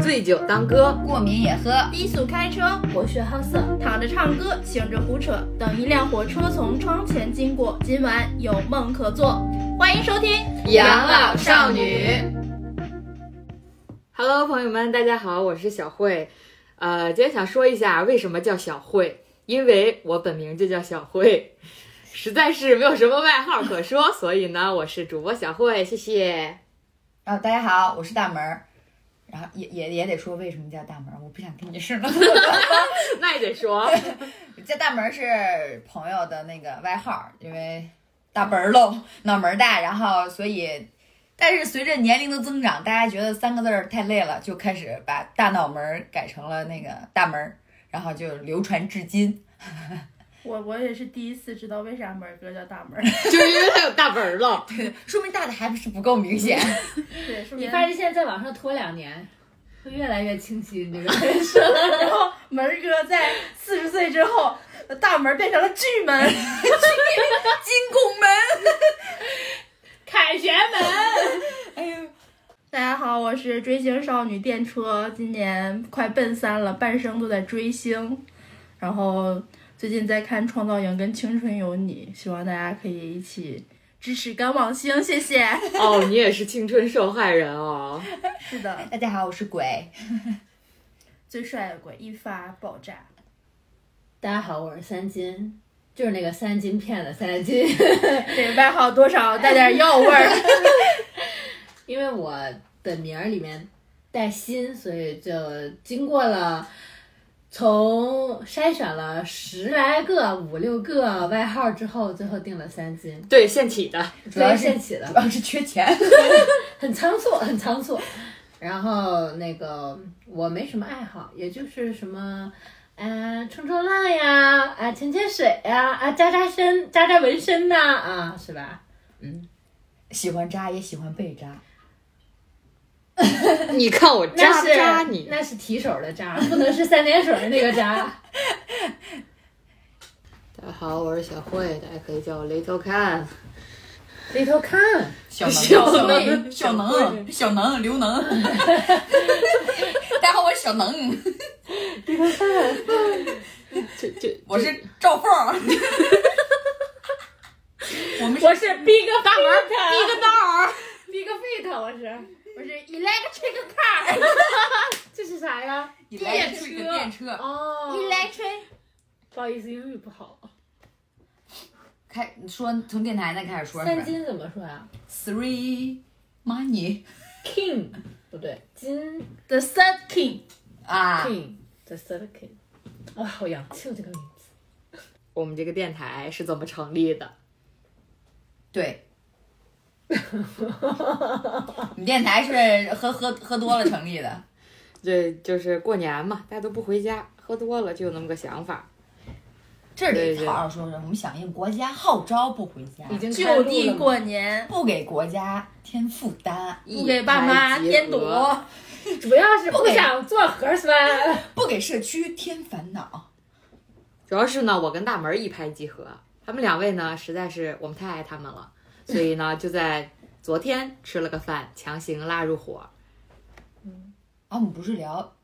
醉酒当歌，过敏也喝。低速开车，博学好色，躺着唱歌，醒着胡扯。等一辆火车从窗前经过，今晚有梦可做。欢迎收听《养老少女》。Hello，朋友们，大家好，我是小慧。呃，今天想说一下为什么叫小慧，因为我本名就叫小慧，实在是没有什么外号可 说，所以呢，我是主播小慧，谢谢。然后大家好，我是大门儿，然后也也也得说为什么叫大门儿，我不想跟你似 的。那也得 说，叫大门儿是朋友的那个外号儿，因为大门儿喽，脑门儿大，然后所以，但是随着年龄的增长，大家觉得三个字儿太累了，就开始把大脑门儿改成了那个大门儿，然后就流传至今。我我也是第一次知道为啥门儿哥叫大 门儿，就是因为他有大本儿了。说明大的还不是不够明 显。对，是不你是？发现现在再往上拖两年，会越来越清晰。你 这个然后门儿哥在四十岁之后，大门儿变成了巨门。金拱门，凯旋门，哎呦，大家好，我是追星少女电车，今年快奔三了，半生都在追星，然后最近在看《创造营》跟《青春有你》，希望大家可以一起支持甘网星，谢谢。哦，你也是青春受害人哦。是的，大家好，我是鬼。 最帅的鬼一发爆炸，大家好，我是三金，就是那个三金骗的三金， 这个外号多少带点药味儿。因为我本名儿里面带心，所以就经过了。从筛选了十来个、五六个外号之后，最后定了三金，对，现起的。主要是现起的主，要是缺钱。很仓促，很仓促。然后那个我没什么爱好，也就是什么，啊，冲冲浪呀，啊，潜潜水呀，啊，扎扎身，扎扎纹身呐、啊，是吧？喜欢扎也喜欢被扎，你看我扎那是扎你，那是提手的扎，不能是三点水的那个扎。大家好，我是小慧，大家可以叫我雷头看。回头看，小能小能小能小能刘能，大家好，我是小能，就就我是赵凤儿。我们 我是啊 Big 大门一 个道儿。 ，Big Fit，我是。我是 electric car，electric 这是啥呀？你来的是个电车，哦，不好意思，英语不好。开说从电台那开始说三金怎么说呀、 three money k i n g 不对，金 the third king。啊 King，The Third King。哇，好洋气哦，这个名字。我们这个电台是怎么成立的？对。 你电台是喝喝喝多了成立的，这就是过年嘛，大家都不回家，喝多了就有那么个想法。这对里对好好说说，我们响应国家号召不回家，已经开就录地了吗过年，不给国家添负担，不给爸妈添堵，主要是不不给想做核酸。不给社区添烦恼。主要是呢，我跟大门儿一拍即合，他们两位呢，实在是我们太爱他们了，所以呢，就在昨天吃了个饭，强行拉入伙。啊，我们不是聊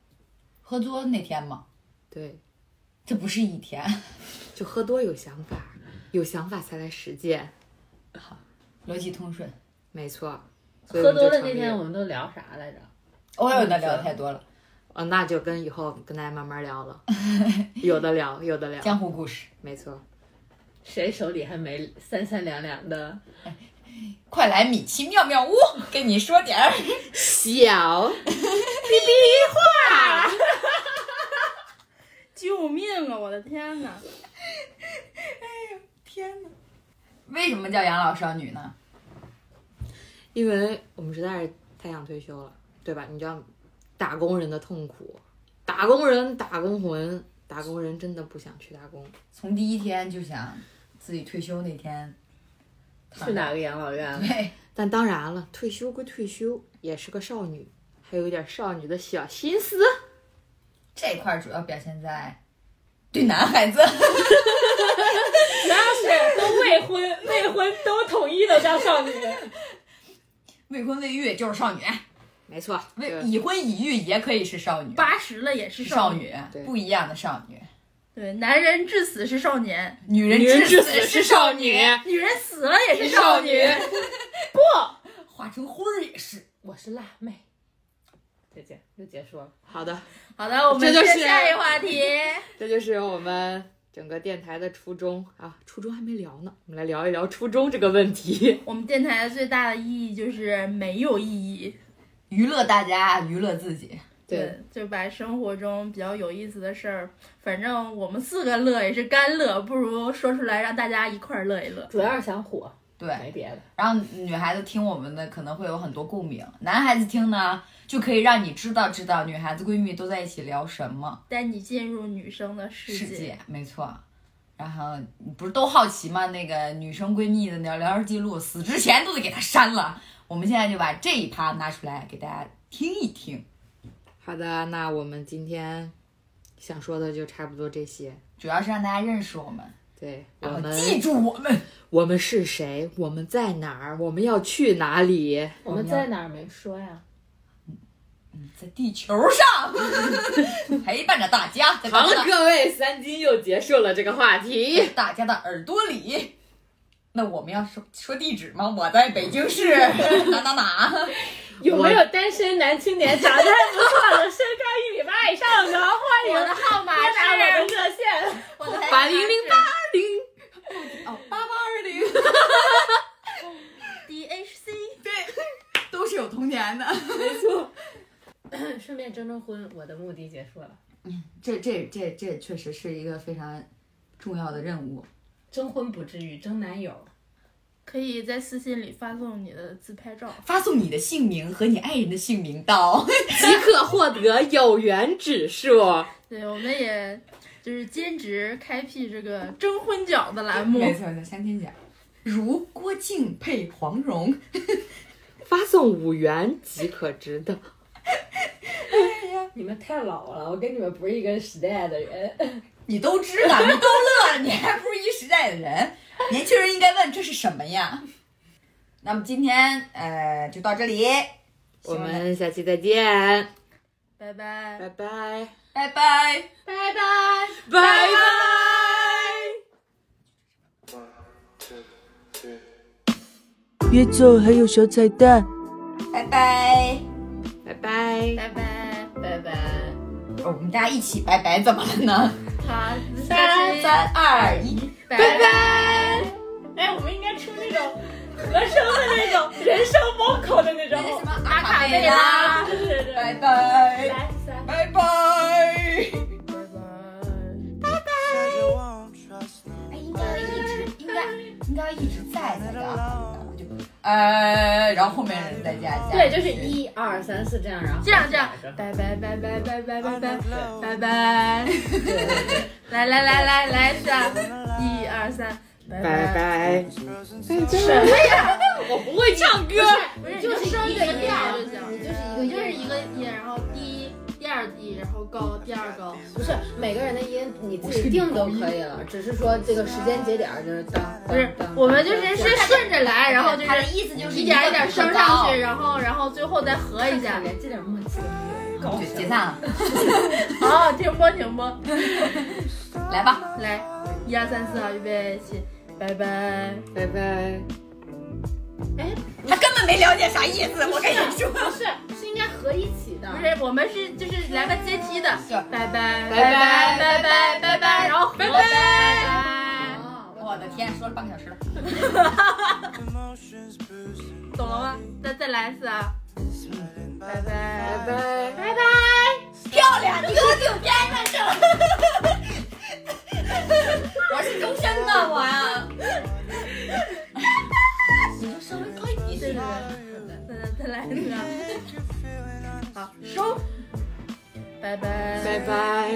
喝多那天吗？对，这不是一天，就喝多有想法，有想法才来实践，逻辑通顺。没错。所以喝我们就多了成那立天我们都聊啥来着？哦有的聊的太多了，哦，那就跟以后跟大家慢慢聊了，有的聊，有的聊，江湖故事，没错。谁手里还没三三两两的？快来米奇妙妙屋，跟你说 点儿。小，救命啊！我的天哪！天哪，为什么叫养老少女呢？因为我们实在是太想退休了，对吧？你知道，打工人的痛苦，打工人，打工魂，打工人真的不想去打工。从第一天就想自己退休那天去哪个养老院了？对，但当然了，退休归退休，也是个少女，还有点少女的小心思。这块儿主要表现在对男孩子， 主要是都未婚，未婚都统一的叫少女。未婚未育就是少女。没错，为就已婚已育也可以是少女，八十了也是是少女。女对不一样的少女，对，男人至死是少年，女人女人至死死是少少女，女人死了也是少女。化成灰儿也是。我是辣妹。再见，又结束了。好的，好的，我们这就是接下一个话题。这就是我们整个电台的初衷啊，初衷还没聊呢，我们来聊一聊初衷这个问题。我们电台最大的意义就是没有意义，娱乐大家，娱乐自己。 对，，就把生活中比较有意思的事儿，反正我们四个乐也是干乐，不如说出来让大家一块儿乐一乐。主要是想火，对，没别的。然后女孩子听我们的可能会有很多共鸣，男孩子听呢就可以让你知道知道女孩子闺蜜都在一起聊什么带你进入女生的世世界，没错。然后你不是都好奇吗？那个女生闺蜜的聊聊记录，死之前都得给她删了。我们现在就把这一趴拿出来给大家听一听，好的，那我们今天想说的就差不多这些。主要是让大家认识我们，对，我然后们记住我们。我们是谁？我们在哪儿？我们要去哪里？我们在哪儿没说呀？在地球上啊 陪伴着大 家，在大好家 了，的各位，三金又结束了这个话题。大家的耳朵里。那我们要说说地址吗？我在北京市 哪哪哪。有没有单身男青年长得还不错的，身高一米八以上的，欢迎我的号码拨打我们是热线。我的八零零八零，哦，八八二零， DHC。都是有童年的。 顺便征征婚，我的目的结束了。这这这这确实是一个非常重要的任务。征婚不至于，征男友。可以在私信里发送你的自拍照。发送你的姓名和你爱人的姓名到。即可获得有缘指数。对，我们也就是兼职开辟这个征婚角的栏目。 错，在三天讲，如郭靖配黄蓉。发送五元即可知道。你们太老了，我跟你们不是一个时代的人。你都知道，你都乐了，你还不是一时代的人？年轻人应该问这是什么呀？那么今天呃就到这里，我们下期再见，拜拜。拜拜，拜拜。拜拜。拜拜。别走，还有小彩蛋。拜拜。拜拜。拜拜。 拜拜。哦我们大家一起拜拜，怎么了呢？好，下三期三二一，拜拜。哎，我们应该出那种和声的那种人声 vocal 的那那个种什。么阿卡贝贝拉拉，对对对，拜拜，来三。拜拜。哎，应该一直，应该应该一直在才对啊。就呃，然后后面人再加加。对，就是一二三四这样，然后这样这样，拜拜拜拜拜拜拜拜拜拜。 来来来来来，三一二三，拜拜拜。拜，我不会唱歌。不是，你就是你升一一个个音调儿就行，你就是一个，就是一个音，然后第一、第二低，然后高，第二高。不是每个人的音你自己定都可以了，只是说这个时间节点儿就是当不是，我们就是是顺着来，然后就他的是意思就是一点儿一点儿升上去，去。然后然后最后再合一下。连这点默契都没有，搞就什解么？散了，好，哦停播停播，来吧。来，一二三四，好，预备起，拜拜。拜拜。他根本没了解啥意思，我跟你说。不是，是应该合一起的不。是，我们是就是来个阶梯的是，拜拜拜拜拜拜拜拜拜，然后合拜拜，哦我的天，说了半个小时了。懂了吗？再再来一次啊，拜拜拜拜。拜拜。漂亮，你给我顶边上去了。我是终身的我呀。你就稍微高一对点对对，再再来一次啊，好，收，拜拜拜拜，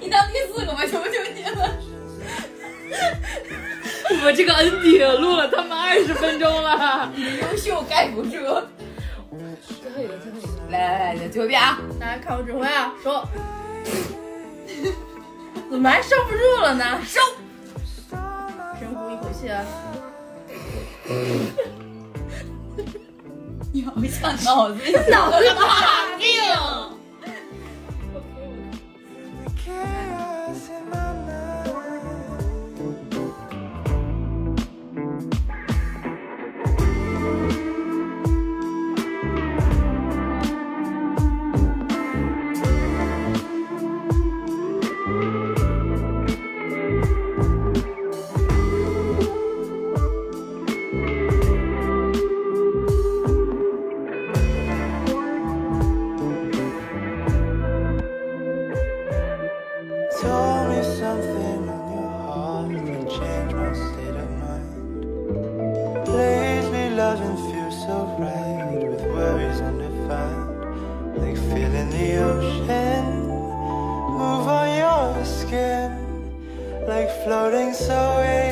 你到第四个吧，求求你了。我们这个 ending 录了他妈二十分钟了，优秀盖不住。最后一个，最后一个。来来来，最后一遍啊！大家看我指挥啊，收。 怎么还收不住了呢？收。深呼一口气啊。秒一下脑子一下。脑子把病。 Tell me something on your heart can change my state of mind. Lately, loving feels so right with worries undefined. Like feeling the ocean move on your skin, like floating so in.